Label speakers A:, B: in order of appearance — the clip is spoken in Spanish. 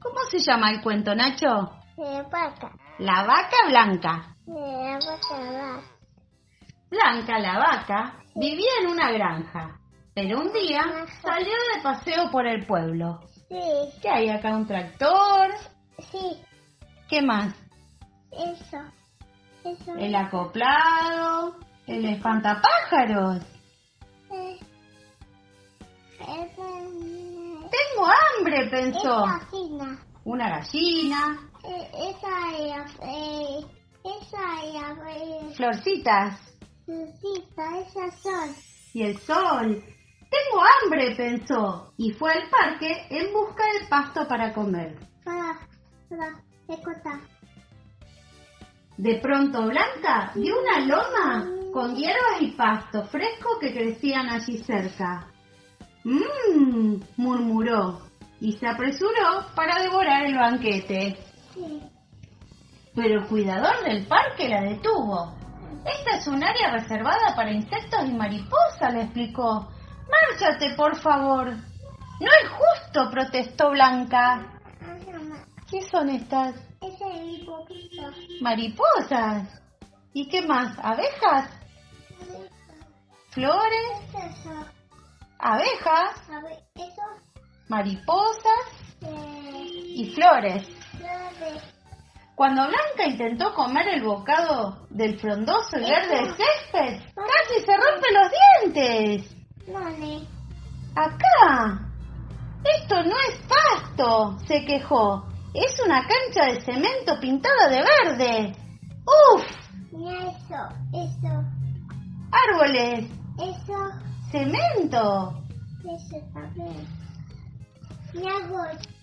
A: ¿Cómo se llama el cuento, Nacho?
B: La vaca.
A: La vaca blanca.
B: La vaca va.
A: Blanca la vaca vivía en una granja, pero un día salió de paseo por el pueblo.
B: Sí,
A: ¿Qué hay acá? ¿Un tractor?
B: sí,
A: ¿Qué más?
B: eso. Eso.
A: El acoplado, el espantapájaros.
B: Eh, Esa
A: Tengo hambre, pensó.
B: Esa fina.
A: Una gallina,
B: Eh, Esa es la- eh, Esa es la eh,
A: florcitas
B: Lucita, esa son.
A: y el sol. Tengo hambre, pensó, y fue al parque en busca de pasto para comer.
B: Para, para, escucha.
A: De pronto Blanca vio una loma con hierbas y pasto fresco que crecían allí cerca. ¡Mmm! murmuró y se apresuró para devorar el banquete.
B: Sí.
A: Pero el cuidador del parque la detuvo. Esta es un área reservada para insectos y mariposas, le explicó. Márchate, por favor. No es justo, protestó Blanca.
B: Esa ma-
A: ¿Qué son estas
B: ah, Ese es mi poquito.
A: mariposas? ¿Y qué más? ¿Abejas? flores,
B: Es eso.
A: abejas,
B: A ver, eso.
A: mariposas
B: Eh,
A: y flores.
B: verde.
A: Cuando Blanca intentó comer el bocado del frondoso y verde césped, casi se rompe los dientes.
B: Mole.
A: Acá. Esto no es pasto, se quejó. Es una cancha de cemento pintada de verde. ¡Uf!
B: Mira eso. Eso.
A: Árboles,
B: Eso.
A: cemento.
B: Eso también. Mira gol.